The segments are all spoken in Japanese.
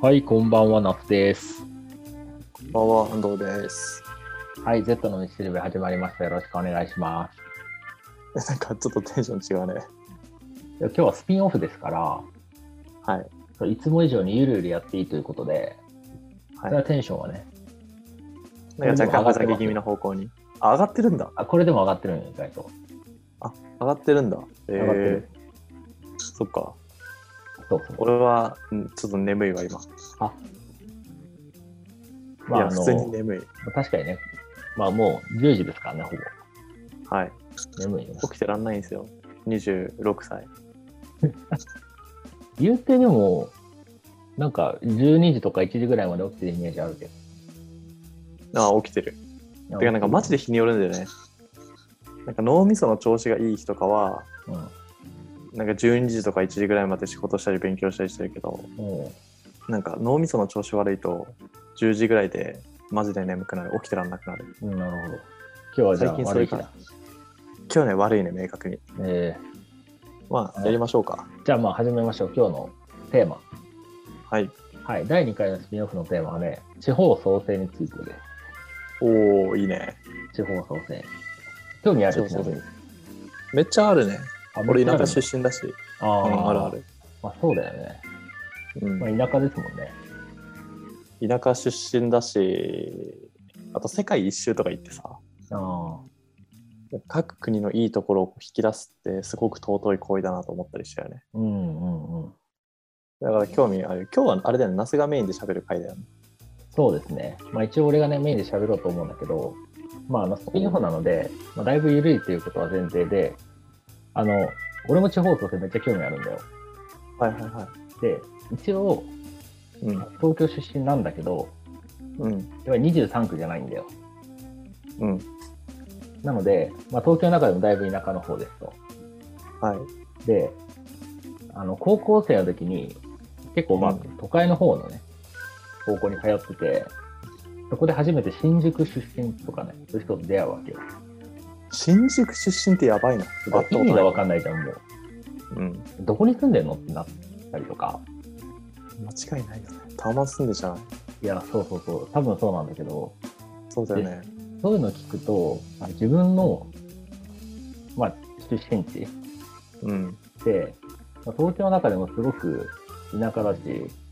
はい、こんばんは、ナフです。こんばんは、安藤です。 はい、Z の道しるべ始まりました。よろしくお願いします。なんかちょっとテンション違うね。いや今日はスピンオフですから、はい。そういつも以上にゆるゆるやっていいということで、そはいれはテンションはね、なんか若干ふざけ気味の方向に。あ、上がってるんだ。あこれでも上がってるんよ、意外と。上がってるんだ。え上がってるーそっか。そうそう。俺は、うんちょっと眠いわ、今。まいあ、や、あ普の、通に眠い。確かにね、まあもう10時ですからね、ほぼ。はい。眠いよね。起きてらんないんですよ。26歳。言うてでも、なんか12時とか1時ぐらいまで起きてるイメージあるけあ、起きてる。ど。てか、なんかマジで日によるんだよね。なんか脳みその調子がいい日とかは、うなんか12時とか1時ぐらいまで仕事したり勉強したりしてるけど、ん。もなんか脳みその調子悪いと、10時ぐらいでマジで眠くなる。起きてらんなくなる。うん、うんなるほど。今日はじゃあ最近そ悪いれ日かだら。今日ね、悪いね、明確に。えーまあ、はいやりましょうか。じゃあまあ始めましょう今日のテーマはい。はい第2回のスピンオフのテーマはね地方創生についてでおおいいね。す地方創生興味ある地方ち創生なみにめっちゃあるね。あ俺、田もちろ舎ん出身だし。あうー、ん、あるある。まあ、そうだよね、うんまあ、田舎ですもんね田舎出身だし、あと世界一周とか行ってさ、あ各国のいいところを引き出すってすごく尊い行為だなと思ったりしたよね。ーうんうんうんだから興味ある。今日はあれだよね、ナスがメインで喋る回だよね。そうですねまあ一応俺がねメインで喋ろうと思うんだけどまああのスピンオフなので、まあ、だいぶ緩いということは前提であの俺も地方創生めっちゃ興味あるんだよはいはいはい。で一応うん。東京出身なんだけどうん。やっぱり23区じゃないんだようん。なので、まあ、東京の中でもだいぶ田舎の方ですと。はい。で、あの高校生の時に、結構まうあん都会の方のね、高校に通ってて、そこで初めて新宿出身とかね、そういう人と出会うわけよ。新宿出身ってやばいな。だから意味がわかかんないじゃん、もう。うん。どこに住んでんのってなったりとか。間違いないよね。タワマン住んでじゃない。いや、そうそうそう、多分そうなんだけど、そうだよね。そういうの聞くと、あ自分の、まあ、出身地うん。で、まあ東京の中でもすごく田舎だし、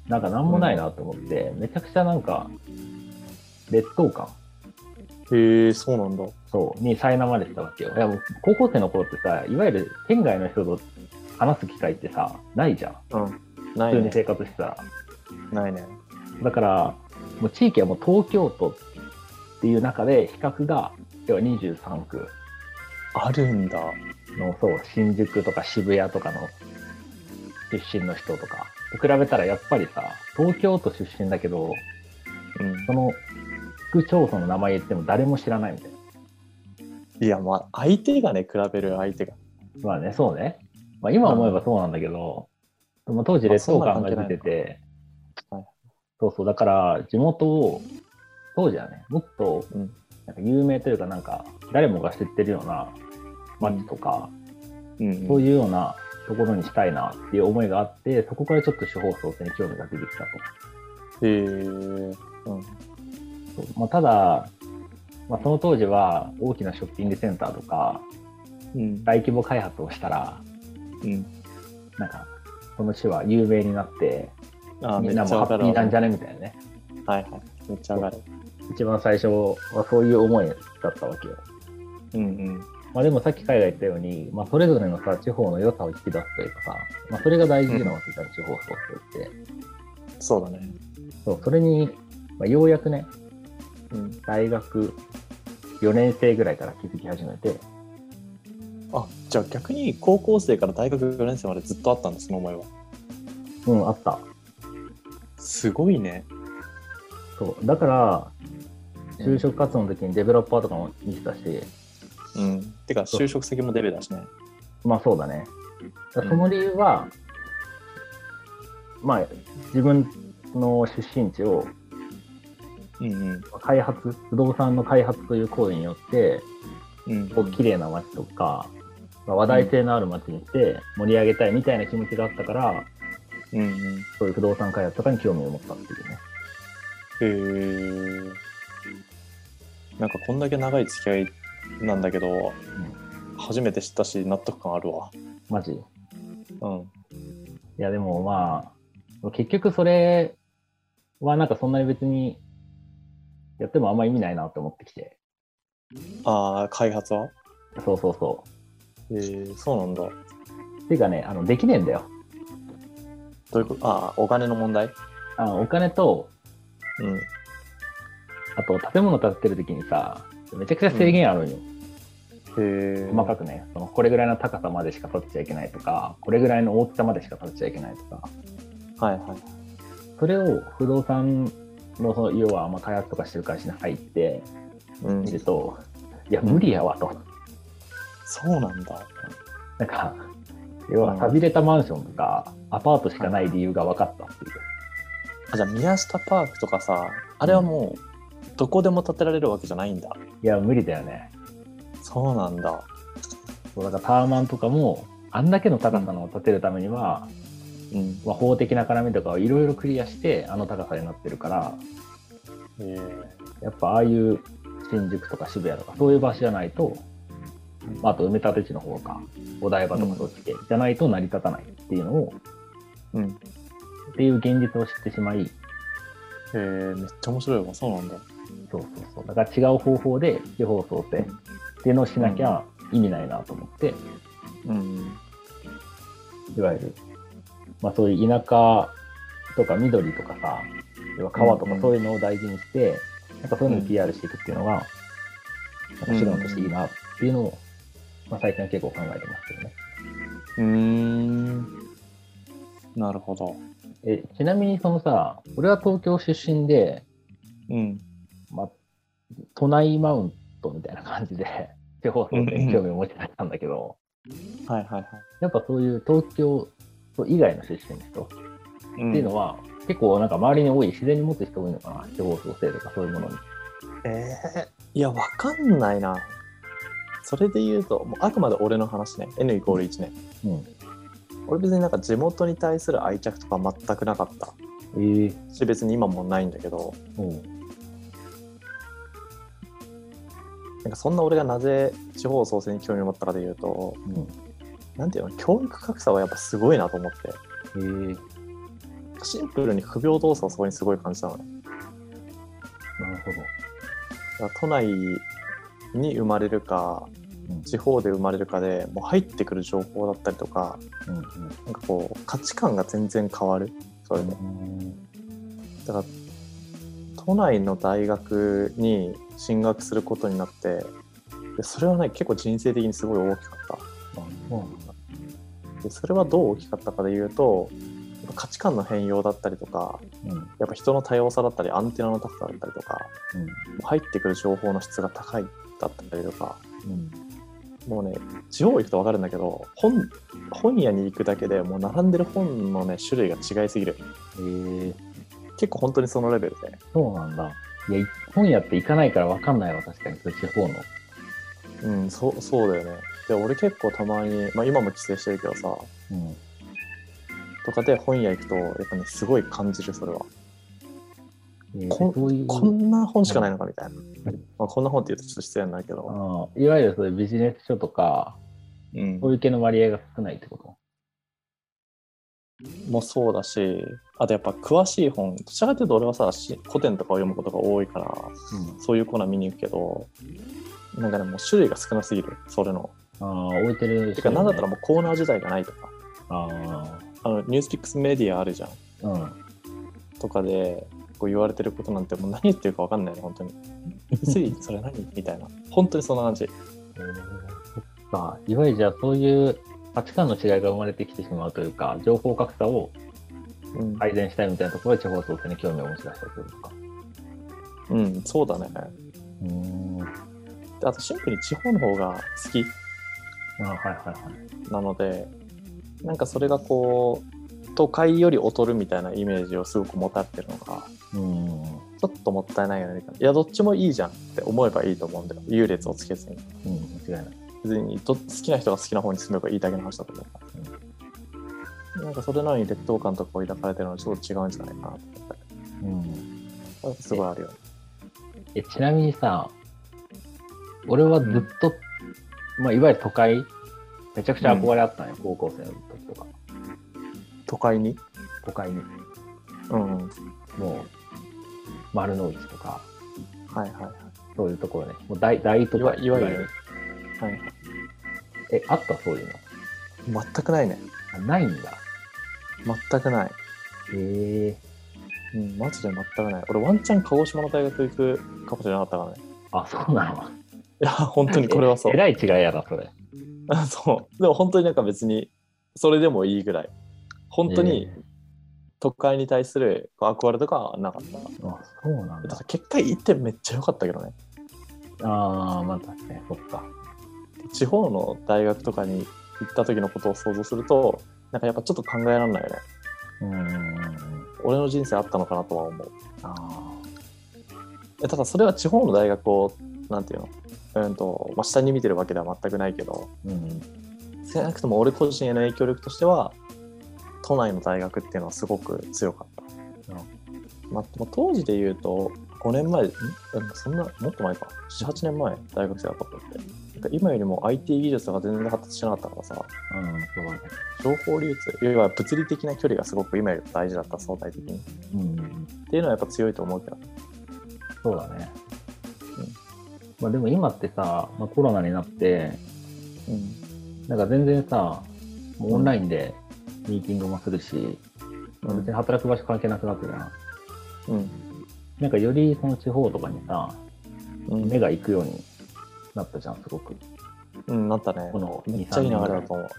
なんか何もないなと思って、めちゃくちゃなんか、劣等感へえ、そうなんだ。そうに苛まれてたわけよ。いやもう高校生の頃ってさ、いわゆる県外の人と話す機会ってさ、ないじゃん。な普い通にね。生活してたら。ないね。だから、もう地域はもう東京都っていう中で、比較が、要は23区あるんだ。の、そう、新宿とか渋谷とかの出身の人とか、と比べたらやっぱりさ、東京都出身だけど、うんその区町村の名前言っても誰も知らないみたいな。いや、まあ、相手がね、比べる相手が。まあね、そうね。まあ今思えばそうなんだけど、でも当時劣等感が出ててそんな関係ないのか、そうそう、だから地元を、当時はね、もっとうんなんか有名というか、なんか誰もが知ってるような町とか、うんうんそういうようなところにしたいなっていう思いがあって、そこからちょっと地方創生に興味が出てきたと。へえ。うん。そうまあ、ただ、まあ、その当時は大きなショッピングセンターとかうん。大規模開発をしたらうん。なんか、この地は有名になって、あー、みめんっちなゃもハッ上がるピーわ。なはんじゃねみたいなね。いはい。めっちゃ上がる。一番最初はそういう思いだったわけよ。うんうん。まあでもさっき海外言ったように、まあそれぞれのさ、地方の良さを引き出すというかさ、まあそれが大事なわけじゃん、地方創生って。そうだね。そう、それに、まあ、ようやくね、うん。大学4年生ぐらいから気づき始めて、あ、じゃあ逆に高校生から大学4年生までずっとあったんです、その思いは。うん、あった。すごいね。そう。だから、就職活動の時にデベロッパーとかも見てたし、うん。てか、就職先もデベだしね。まあそうだね。だうんその理由は、まあ自分の出身地をうんうん。開発、不動産の開発という行為によって、うん。こう綺麗な街とか、まあ話題性のある街にして盛り上げたいみたいな気持ちがあったから、うんうん。へそういう不動産開発とかに興味を持ったっていうね。え。なんかこんだけ長い付き合いなんだけど、初めて知ったし納得感あるわ。マジいうん。や、でもまあ、結局それはなんかそんなに別にやってもあんま意味ないなって思ってきて。ああ、開発はそうそうそへえ、そうなんだ。う。っていうかね、あの、できねえんだよ。どういうことああ、お金の問題あのお金と、うん。あと建物建てるときにさ、めちゃくちゃ制限あるんよ。へえ。細かくね、そのこれぐらいの高さまでしか建てちゃいけないとか、これぐらいの大きさまでしか建てちゃいけないとか、はいはい。それを不動産のその要はまあ開発とかしてる会社に入ってうんみると、いや、無理やわと。そうなんだ。なんか、要は寂れたマンションとか、アパートしかない理由が分かったっていう。あじゃあ宮下パークとかさあれはもうどこでも建てられるわけじゃないんだいや、無理だよね。そうなんだそうだからタワマンとかも、あんだけの高さのを建てるためには、うんまあ、法的な絡みとかをいろいろクリアして、あの高さになってるから、えやっぱああいう新宿とか渋谷とかそういう場所じゃないと、まあ、あと埋め立て地の方かお台場とかそっち系じゃないと成り立たないっていうのを、うんっていう現実を知ってしまいえー、めっちゃ面白いわそうなんだそうそうそうだから違う方法で地方創生っていうのをしなきゃ意味ないなと思って、うんいわゆる、まあ、そういう田舎とか緑とかさ要は川とうんうかんそういうのを大事にして、なんかそういうのを PR していくっていうのが、なんか手段としていいなっていうのを、まあ、最近は結構考えてますけどね。うーんなるほどえちなみにそのさ、俺は東京出身で、うんまあ、都内マウントみたいな感じで、 地方創生に興味を持ち出したんだけど、はいはいはいやっぱそういう東京以外の出身の人っうてんいうのは、結構なんか周りに多い、自然に持つ人多いのかな、地方創生とかそういうものに。えー、いやわかんないなそれで言うともうあくまで俺の話ね N イコール1ねうん俺別になんか地元に対する愛着とか全くなかったええし別に今もないんだけど、うんなんかそんな俺がなぜ地方創生に興味を持ったかでいうと、なんていうの、教育格差はやっぱすごいなと思って、うん、ええシンプルに不平等さをそこにすごい感じたのね。なるほど。だから都内に生まれるか、うん地方で生まれるかでもう入ってくる情報だったりとか、なんかこう、価値観が全然変わる、それで。うんうんだから都内の大学に進学することになって、でそれはね、結構人生的にすごい大きかった。あそうなんだでそれはどう大きかったかで言うとやっぱ価値観の変容だったりとかうんうんやっぱ人の多様さだったりアンテナの高さだったりとか入ってくる情報の質が高いだったりとかうんもうね地方行くと分かるんだけど本本屋に行くだけでもう並んでる本のね種類が違いすぎるええ結構本当にそのレベルそうなんだ。いや、い本屋って行かないから分かんないわ、確かに、そういう地方の。でうんそうそうだよねで俺結構たまに、まあ、今も帰省してるけどさうん。とかで本屋行くとやっぱねすごい感じるそれはえーこそういうこんな本しかないのかみたいな、まあ、こんな本って言うとちょっと失礼になるけど、あーいわゆるそういうビジネス書とか、うんそういう系の割合が少ないってこともそうだしあとやっぱ詳しい本どちらかというと俺はさし古典とかを読むことが多いからうん。そういうコーナー見に行くけどなんかねもう種類が少なすぎるそれのああ、置いてる、てか何だったらもうコーナー自体がないとかあああのニュースピックスメディアあるじゃんー、うん。とかでこう言われてることなんてもう何言ってるか分かんないね本当についそれ何みたいな本当にそんな感じえーそっか。いわゆるじゃあ、そういう価値観の違いが生まれてきてしまうというか、情報格差をうん、改善したいみたいなところで地方創生に興味を持ち出したというか。うん、そうだねうーん。あであとシンプルに地方の方が好きーはいはいはい。なのでなんかそれがこう都会より劣るみたいなイメージをすごく持たれてるのがうーん。ちょっともったいないよねみたいないやどっちもいいじゃんって思えばいいと思うんだよ優劣をつけずにうん、間違いない。別にど好きな人が好きな方に住めばいいだけの話だと思うから、なんかそれなのに劣等感とかを抱かれてるのはちょっと違うんじゃないかなと思ったうんりすごいあるよね。えちなみにさ、俺はずっと、まあ、いわゆる都会、めちゃくちゃ憧れあったんよ、高校生の時とか。都会に、都会に、うんうん、はいもう、丸の内とか、はいはそういうところね。もう大大都い。いわ会。いわゆる、はい、え、あったそういうの。全くないね。あないんだ。全くない。へえ。うん、マジで全くない。俺、ワンチャン鹿児島の大学行くかもしれなかっ たからね。あ、そうなの。いや、本当にこれはそうえ。らい違いやな、それ。あ そう。でも本当になんか別に、それでもいいぐらい。本当にえ都会に対するこう憧れとかはなかった。ーあ、そうなんただだ。結果行ってめっちゃ良かったけどね。ああ、まあ確かに、そっか。地方の大学とかに行った時のことを想像すると、なんかやっぱちょっと考えられないよね。うーん。俺の人生あったのかなとは思う。ああ。えただそれは地方の大学を、なんていうの、うんと、まあ、下に見てるわけでは全くないけど、うん。少なくとも俺個人への影響力としては都内の大学っていうのはすごく強かった、うんまあ、でも当時で言うと5年前んうんそんなもっと前か78年前大学生だったことってなんか今よりも IT 技術が全然発達してなかったからさうん、そうだね。情報流通いわゆる物理的な距離がすごく今よりも大事だった相対的にっうん。ていうのはやっぱ強いと思うけどそうだね。まあでも今ってさ、まあ、コロナになって、うんなんか全然さ、もうオンラインでミーティングもするし、まあ別に働く場所関係なくなってるな。うんなんかよりその地方とかにさ、うん目が行くようになったじゃん、すごく。いうん、なったねこのめっちゃいい流れだと思や、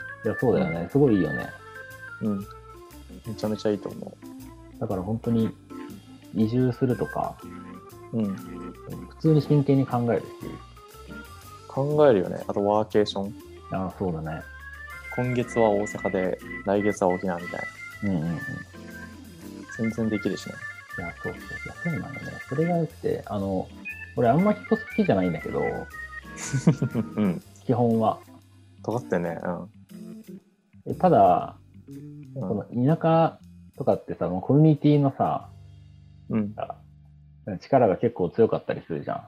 そうだよね。すごいいいよね。う、うん、めちゃめちゃいいと思だから本当に移住するとか、う、うん、普通に真剣に考えるし。考えるよねあとワーケーションああ、そうだね。今月は大阪で来月は沖縄みたいなうんうんうん。全然できるしねいや、そうそう。いや、そうなんだね。それが良くて、あの、俺あんま人好きじゃないんだけど、うん基本は。尖ってねうんえただ、うこんの田舎とかってさ、もうコミュニティのさ、うん、力が結構強かったりするじゃん。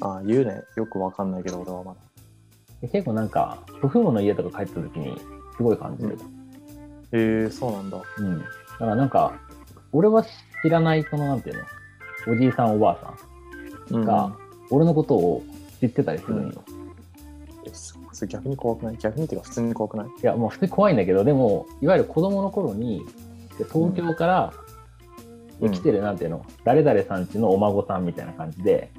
あ言うねよくわかんないけど俺はまだで結構なんか、祖父母の家とか帰った時にすごい感じる。へえそうなんだうん。だからなんか、俺は知らない、その、なんていうの、おじいさん、おばあうさんんが、俺のことを知ってたりするんよ。えすごいそれ逆に怖くない逆にっていうか普通に怖くないいや、もう普通に怖いんだけど、でも、いわゆる子供の頃に、で東京からうん来てる、なんていうの、誰々さんちのお孫さんみたいな感じで、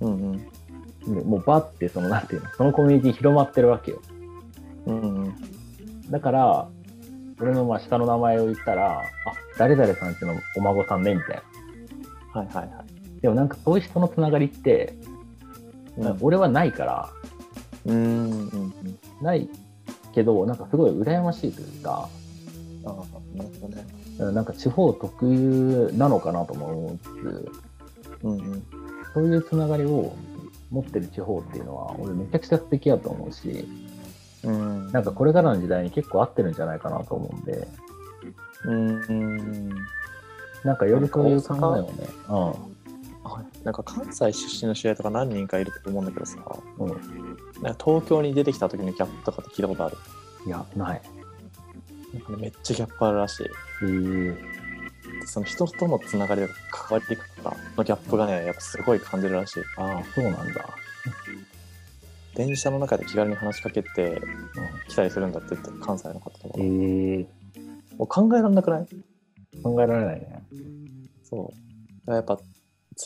うんうんでもうバッて、その、なんていうの、そのコミュニティ広まってるわけよ。うんうんだから、俺のまあ下の名前を言ったら、あ、誰々さんちのお孫さんね、みたいな。はいはいはいでもなんかそういう人のつながりって、うん俺はないから、うんうんうんないけど、なんかすごい羨ましいというか、ああなるほどねなんか地方特有なのかなとも思いつうんうんつ、そういうつながりを持ってる地方っていうのは、俺めちゃくちゃ素敵やと思うし、うんなんかこれからの時代に結構合ってるんじゃないかなと思うんで、うんうんなんかよりそういう考えをね、はいなんか関西出身の試合とか何人かいると思うんだけどさうん、うなんか東京に出てきた時のギャップとかって聞いたことあるん、いや、ない。なんかねめっちゃギャップあるらしいえーその人とのつながりとか関わり方のギャップがねやっぱすごい感じるらしいああ、そうなんだ。電車の中で気軽に話しかけてきたりするんだって言って関西の方とかえー、もう考えられなくない考えられないね。そうだからやっぱ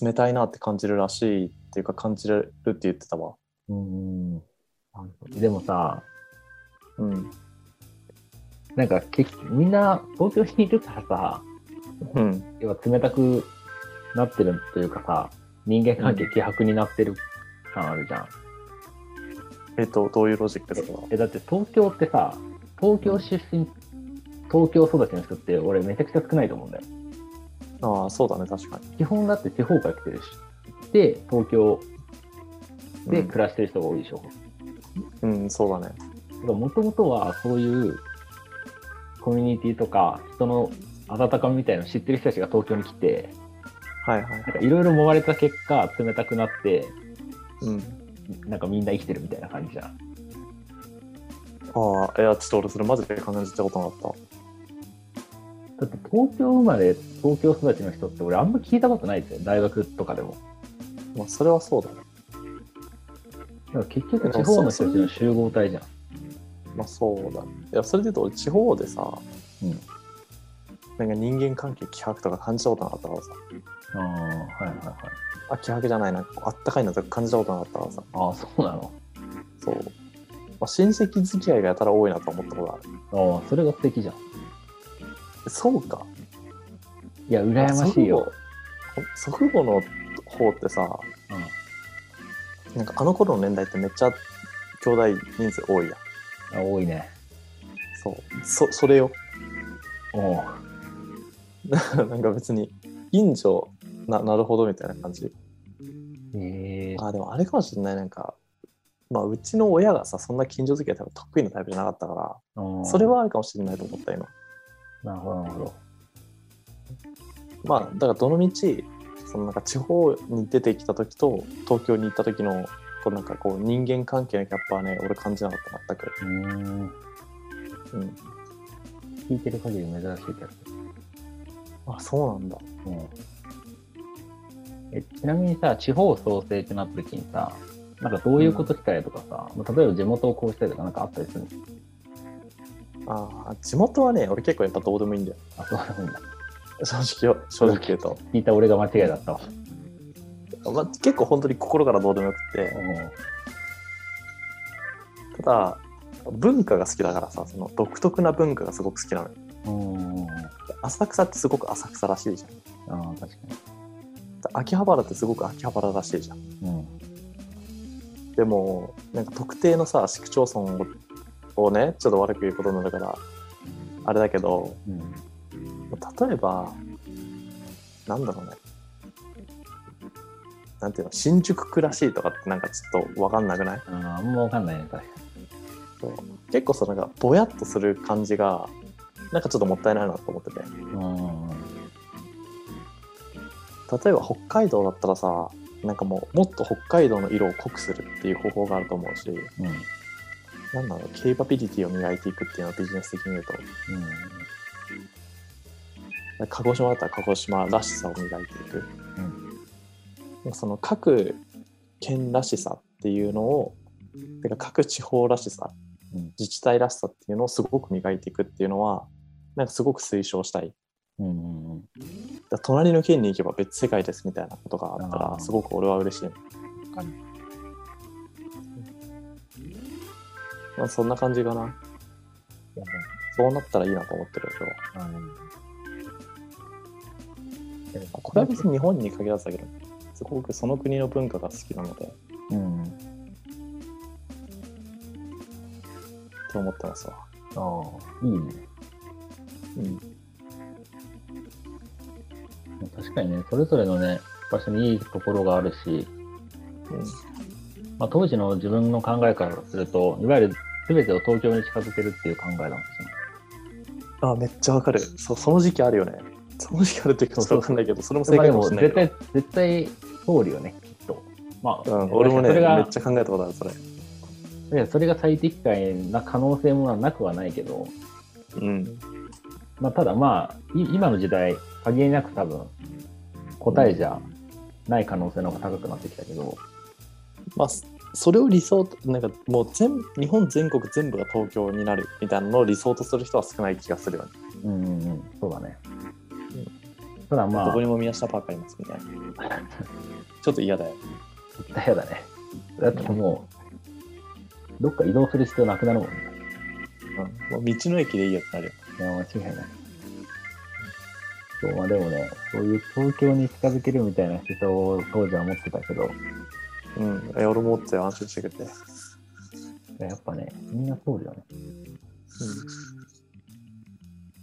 冷たいなって感じるらしいっていうか感じるって言ってたわうーん。でもさ、うんなんか結局みんな東京にいるからさ、うん要は冷たくなってるというかさ、人間関係希薄になってる感あるじゃん。えっとどういうロジックですかえ、だって東京ってさ、東京出身、東京育ちの人って俺めちゃくちゃ少ないと思うんだよ。ああそうだね確かに基本だって地方から来てるし。で、東京でうん暮らしてる人が多いでしょ。うんそうだねもともとはそういうコミュニティとか人の温かみみたいなの知ってる人たちが東京に来てはいはいなんかいろいろ揉まれた結果冷たくなってうんなんかみんな生きてるみたいな感じじゃんああいやちょっと俺それマジで感じたことなかっだって東京生まれ東京育ちの人って俺あんま聞いたことないですよ大学とかでもたまあそれはそうだねだから結局地方の人たちの集合体じゃんまあそうだねいやそれで言うと俺地方でさ、うんなんか人間関係希薄とか感じたことなかったからさああはいはいはいあ希薄じゃないなあったかいなとか感じたことなかったからさああそうなのそう、まあ、親戚付き合いがやたら多いなと思ったことあるああそれが素敵じゃんそうかいや羨ましいよ祖父母の方ってさうんなんかあの頃の年代ってめっちゃ兄弟人数多いやんあ多いねそうそそれよ おおなんか別に近所ななるほどみたいな感じええあでもあれかもしれないなんかまあうちの親がさそんな近所付き合い多分得意なタイプじゃなかったかあーらそれはあるかもしれないと思った今なるほどなるほどまあだからどの道そのなんか地方に出てきた時と東京に行った時のこうなんかこう人間関係のギャップはね俺感じなかったうーん全く、うん、聞いてる限り珍しいけどあそうなんだうんえちなみにさ、地方創生ってなった時にさ、なんかどういうことしたりとかさ、まあ例えば地元をこうしたりとかなんかあったりするのあー地元はね俺結構やっぱどうでもいいんだよあ、そうなんだ。正直よ正直言うと、聞いた俺が間違いだったわ。まあ、結構本当に心からどうでもよくてただ文化が好きだからさその独特な文化がすごく好きなのようん。うん。浅草ってすごく浅草らしいじゃんああ、確か秋葉原ってすごく秋葉原らしいじゃんに。うん。でもなんか特定のさ市区町村ををねちょっと悪く言うことになるからあれだけどうん、例えばなんだろうねなんていうの新宿区らしいとかってなんかちょっと分かんなくないあーあんまわかんないね、確か結構そのなんかぼやっとする感じがなんかちょっともったいないなと思っててに。うん。例えば北海道だったらさなんかもうもっと北海道の色を濃くするっていう方法があると思うしうん。なんだろうケーパビリティを磨いていくっていうのはビジネス的に言うと鹿児島だったら鹿児島らしさを磨いていく、うんなんかその各県らしさっていうのをてか各地方らしさうん自治体らしさっていうのをすごく磨いていくっていうのはなんかすごく推奨したいうん。うん。うん。だから隣の県に行けば別世界ですみたいなことがあったあらーすごく俺は嬉しいかるまあそんな感じかなそうなったらいいなと思ってるけどこれは別に日本に限らずだけどすごくその国の文化が好きなのでうん。と思ってますわああ、いいね。うん確かにね、それぞれのね、場所にいいところがあるし、まあ、当時の自分の考えからすると、いわゆる全てを東京に近づけるっていう考えなんですよ。あめっちゃわかるそその時期あるよねその時期あるっていうかそうちょっそうとわかんないけどそれも正まあ解でかももしれない絶け対、絶対通るよね、きっと。まあ、ど、うん、俺もねそれめがっちゃ考えたことあるそれいやそれが最適解な可能性もなくはないけど、うんまあ、ただまあ、い今の時代、限りなく多分、答えじゃない可能性の方が高くなってきたけど、まあそそれを理想となんかもう全日本全国全部が東京になるみたいなのを理想とする人は少ない気がするよね、うんうんうん、そうだね。ただまあどこ、にも宮下パーカーいますみたいなちょっと嫌だよ絶対嫌だね。だってもう、どっか移動する必要なくなるもんね。うん、もう道の駅でいいやってなるよ。いや、間違いない。そう、まあでもね、そういう東京に近づけるみたいな思想を当時は持ってたけど、うん、いや俺も思ってたよ安心してくれて。うやっぱね、みんなそうだよね。ん、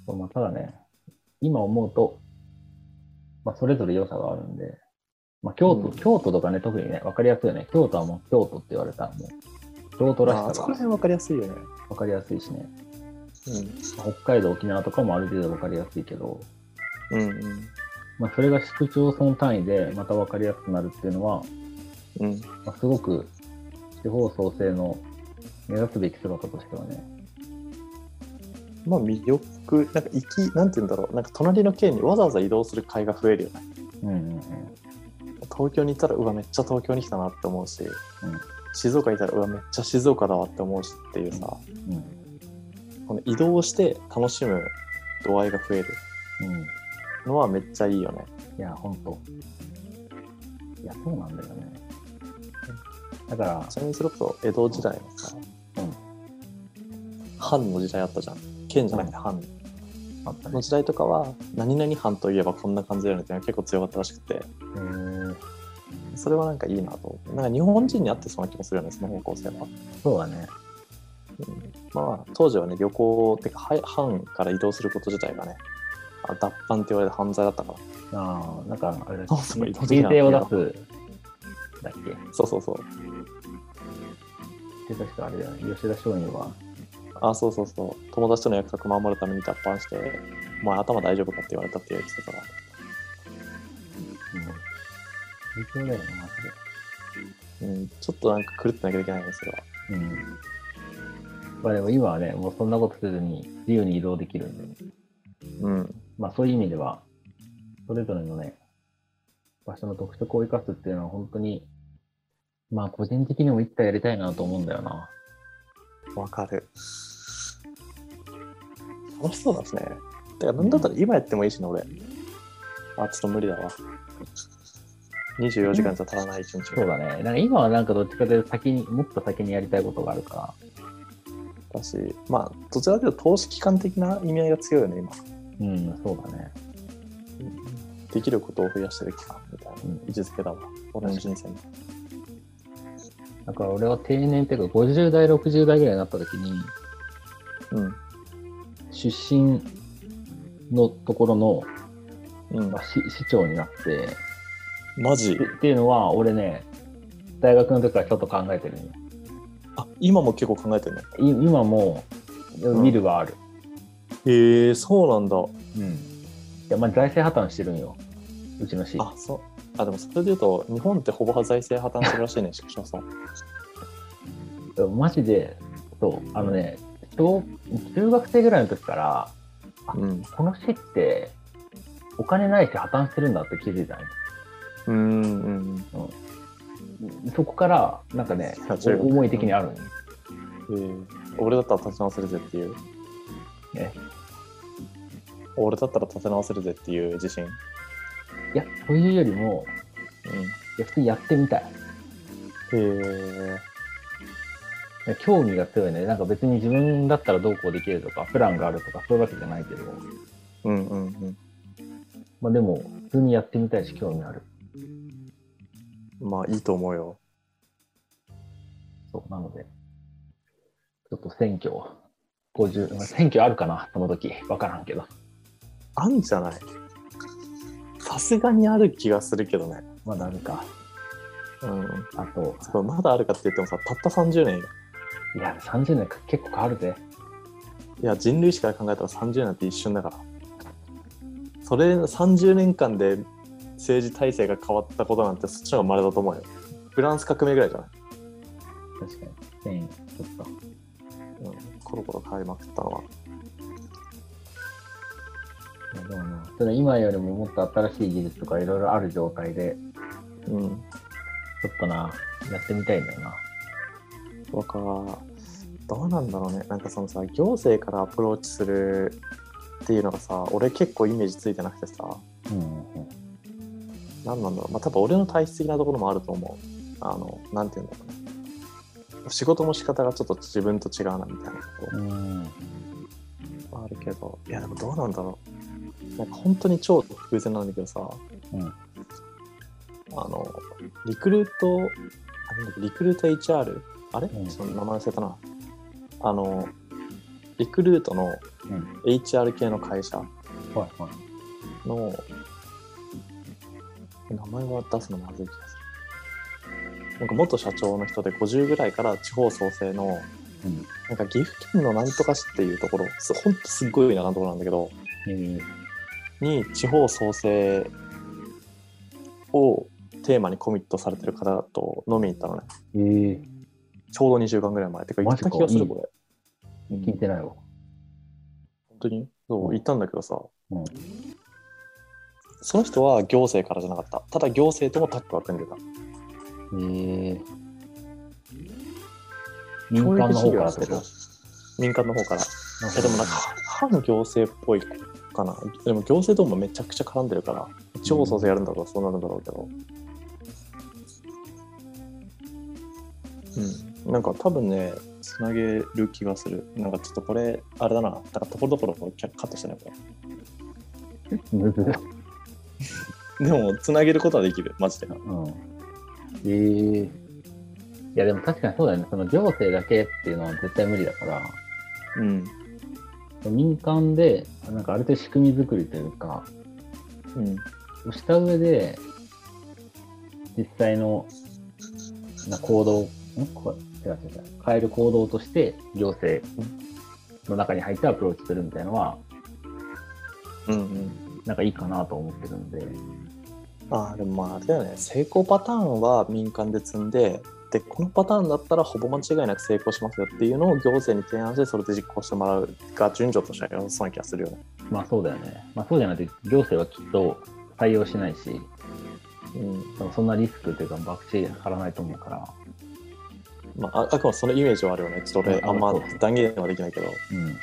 そうまあ、ただね、今思うと、まあそれぞれ良さがあるんで、まあ京都、うん京都とかね、特にね、わかりやすいよね。京都はもう京都って言われたらもう、京都らあしそさこらが辺分かりやすいよね。わかりやすいしね。北海道、沖縄とかもある程度分かりやすいけど、うんうんまあ、それが市区町村単位でまた分かりやすくなるっていうのは、うんまあ、すごく地方創生の目指すべき姿としてはね、まあ魅力なんか行きなんて言うんだろうなんか隣の県にわざわざ移動する会が増えるよねうんうん東京に行ったらうわめっちゃ東京に来たなって思うし、ん静岡にいたらうわめっちゃ静岡だわって思うしっていうさ、うん、うんこの移動して楽しむ度合いが増えるうん、いのはめっちゃいいよねや、ほんと。いや、そうなんだよね。だからち、なみにそれこそ江戸時代のさ、うん藩の時代あったじゃん県じゃなくて藩あったねの。時代とかは何々藩といえばこんな感じだよねっていうのが結構強かったらしくてえーそれはなんかいいなと思うなんか日本人に合ってそうな気もするよねその方向性は、そうだね。うんまあ当時はね旅行ってかは藩から移動すること自体がねあ脱藩って言われて犯罪だったからああ、なんか、あれだっそもそも移動け時人間生を出す、だっそうそうそうけで、確かあれだよね。吉田松陰は、あそうそうそう友達との約束守るために脱藩して「お前頭大丈夫か?」って言われたっていうエピソードがうん。最強だよね、うん、ちょっとなんか狂ってなきゃいけないんですよ。マジで。うん。まあでも今はね、もうそんなことせずに自由に移動できるんで、うん。まあそういう意味では、それぞれのね、場所の特色を生かすっていうのは本当に、まあ個人的にも一回やりたいなと思うんだよな。わかる。楽しそうだしね。てか、なんだったら今やってもいいしね、俺。あ、ちょっと無理だわ。24時間じゃ足らない一日そうだね。なんか今はなんかどっちかというと先に、もっと先にやりたいことがあるから。だし、まあ、どちらかというと投資機関的な意味合いが強いよね、う今。ん、そうだね。できることを増やしてる期間みたいなうん位置づけだわ。俺の人生の。だから俺は定年っていうか、50代、60代ぐらいになった時に、うん。出身のところの、うんまあ、。市市長になってマジでっていうのは、俺ね、大学の時からちょっと考えてるんよあ、今も結構考えてるね。い今も、ん見るはある。へえそうなんだ。うん。いや、まあ財政破綻してるんよ。うちの市。あそうあでもそれで言うと日本ってほぼ財政破綻するらしいねしかしさんマジで、そう、あのね、小中学生ぐらいの時から、うんこの市って、お金ないし破綻してるんだって気づいたんようんうんそこから、なんかね、あ中学思い的にあるんようん、えー俺だったら立ち直せるぜっていうえ俺だったら立て直せるぜっていう自信うんいや、そういうよりも、いや普通にやってみたい。へえ興味が強いね。なんか別に自分だったらどうこうできるとか、プランがあるとか、そういうわけじゃないけど、うんうんうんまあでも、普通にやってみたいし、興味ある。まあいいと思うよそう、なので、ちょっと選挙、50、まあ選挙あるかな、その時。わからんけど。あんじゃないさすがにある気がするけどねまだあるか。うんあと、そうまだあるかって言ってもさたった30年よいや、30年か結構変わるぜ。いや人類史から考えたら30年って一瞬だからそれ30年間で政治体制が変わったことなんてそっちの方がまれだと思うよフランス革命ぐらいじゃない、確かに。1000ちょっと。うん、コロコロ変わりまくったのはいやでもな、それ今よりももっと新しい技術とかいろいろある状態で、うんちょっとな、やってみたいんだよな。だからどうなんだろうねなんかそのさ行政からアプローチするっていうのがさ俺結構イメージついてなくてさうんうんうん。何なんだろうまあ多分俺の体質的なところもあると思うあのなんていうんだろうね仕事も仕方がちょっと自分と違うなみたいなところうんあるけどいやでもどうなんだろうなんか本当に超偶然なんだけどさ、うんあのリクルートあなんだっけリクルート HR あれ、うんその名前忘れたなあのリクルートのうん。 HR 系の会社はいはい。の名前は出すのまずい気がするなんか元社長の人で50ぐらいから地方創生のうんなんか岐阜県のなんとか市っていうところ、すほんとすっごい田舎のところなんだけど、えに地方創生をテーマにコミットされてる方と飲みに行ったのね。えーちょうど2週間ぐらい前。てか行った気がする、マジこれ。聞いてないわ。本当にそう、行ったんだけどさ、うんその人は行政からじゃなかった。ただ行政ともタッグが組んでた。ええ民間の方からってこと民間の方から。えでもなんか、反行政っぽいかな。でも行政ともめちゃくちゃ絡んでるから、地方創生やるんだろうそうなるんだろうけど。うん。なんか多分ね、つなげる気がする。なんかちょっとこれ、あれだな。だからところどころこれキャカットしてね、こむずっれ。でも、つなげることはできる、マジで。うん。ええいや、でも確かにそうだよね。その行政だけっていうのは絶対無理だから、うん。民間で、なんかある程度仕組み作りというか、うん。した上で、実際のな行動、んこ違う違う違う変える行動として、行政の中に入ってアプローチするみたいなのは、うんうん。なんかいいかなと思ってるんで。ああ、でもまあ、あれだよね。成功パターンは民間で積んで、で、このパターンだったらほぼ間違いなく成功しますよっていうのを行政に提案して、それで実行してもらうが順序としては良さそうな気がするよね。まあそうだよね。まあそうじゃないと、行政はきっと採用しないし、うん。そんなリスクというか、バクチリはからないと思うから。まあ、ああくまでそのイメージはあるよね。ちょっと俺、うんあんまそうそう断言はできないけど。うん。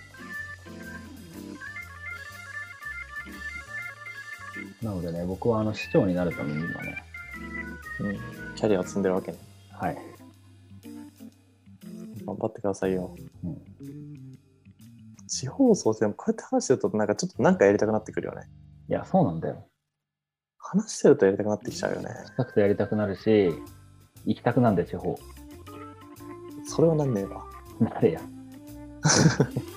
なのでね、僕はあの市長になるために今ね、うん。キャリアを積んでるわけね。はい。頑張ってくださいよ。うん地方創生もこうやって話してると、なんかちょっとなんかやりたくなってくるよね。いや、そうなんだよ。話してるとやりたくなってきちゃうよね。したくてやりたくなるし、行きたくなんだよ、地方。それはなんねえわ。なれや。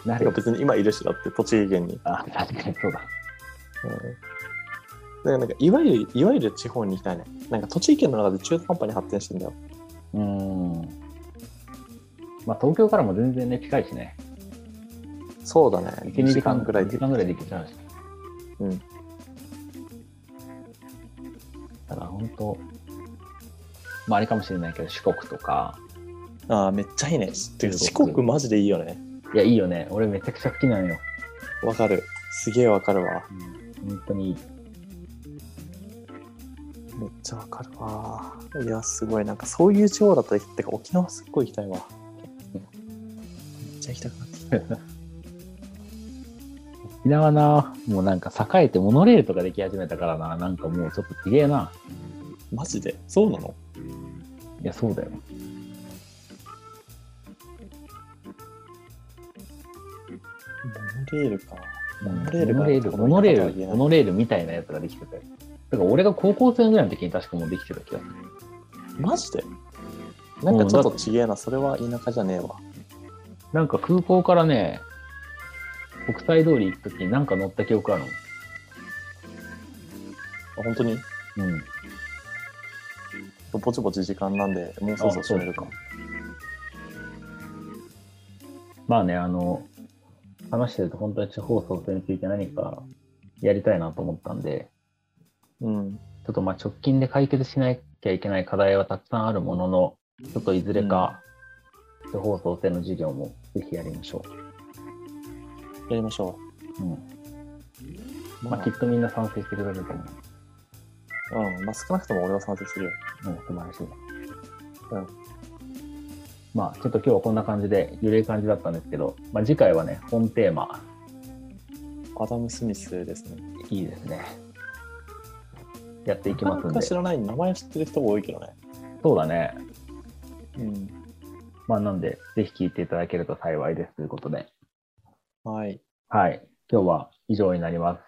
なてれや。か別に今いるしだって栃木県に、あ、確かにそうだ。うん、だからなんかいわゆるいわゆる地方に行きたいねなんか栃木県の中で中途半端に発展してんだようーん。まあ東京からも全然ね、近いしね。そうだね1、 1時間ぐら2いで時間ぐらいで行けちゃうし。うん。だから本当、まああれかもしれないけど、四国とか、ああめっちゃいいねてか中四国国マジでいいよねいや、いいよね。俺めちゃくちゃ好きなのよ。わかるすげえわかるわ本当にいい。めっちゃわかるわいやすごいなんかそういう地方だったらてか沖縄すっごい行きたいわめっちゃ行きたくなってきた沖縄な、もうなんか栄えてモノレールとかでき始めたからな、なんかもうちょっとちげえな。マジでそうなのいや、そうだよ。モノレールかモノレールモがノレール、モノレール、モノレールみたいなやつができてたよ。だから俺が高校生ぐらいの時に確かもうできてた気がする。マジでなんかちょっとちげえなそれは田舎じゃねえわなんか空港からね、国際通り行く時になんか乗った記憶あるあ本当にの。うん。ぼちぼち時間なんで、もうそろそろ閉めるか。まあね、あの、話してると本当に地方創生について何かやりたいなと思ったんで、うん。ちょっとまあ直近で解決しなきゃいけない課題はたくさんあるものの、ちょっといずれか地方創生の授業もぜひやりましょやりましょう。うん。う。まあきっとみんな賛成してくれると思う。うん。まあ、少なくとも俺は賛成するよ。うん、素晴らしい。うん。まあちょっと今日はこんな感じで、ゆるい感じだったんですけど、まあ次回はね、本テーマ、アダム・スミスですね。いいですね。やっていきなますかんなでか。知らない、名前知ってる人が多いけどね。そうだね。うん。まあなんで、ぜひ聞いていただけると幸いですということで。はい。はい。今日は以上になります。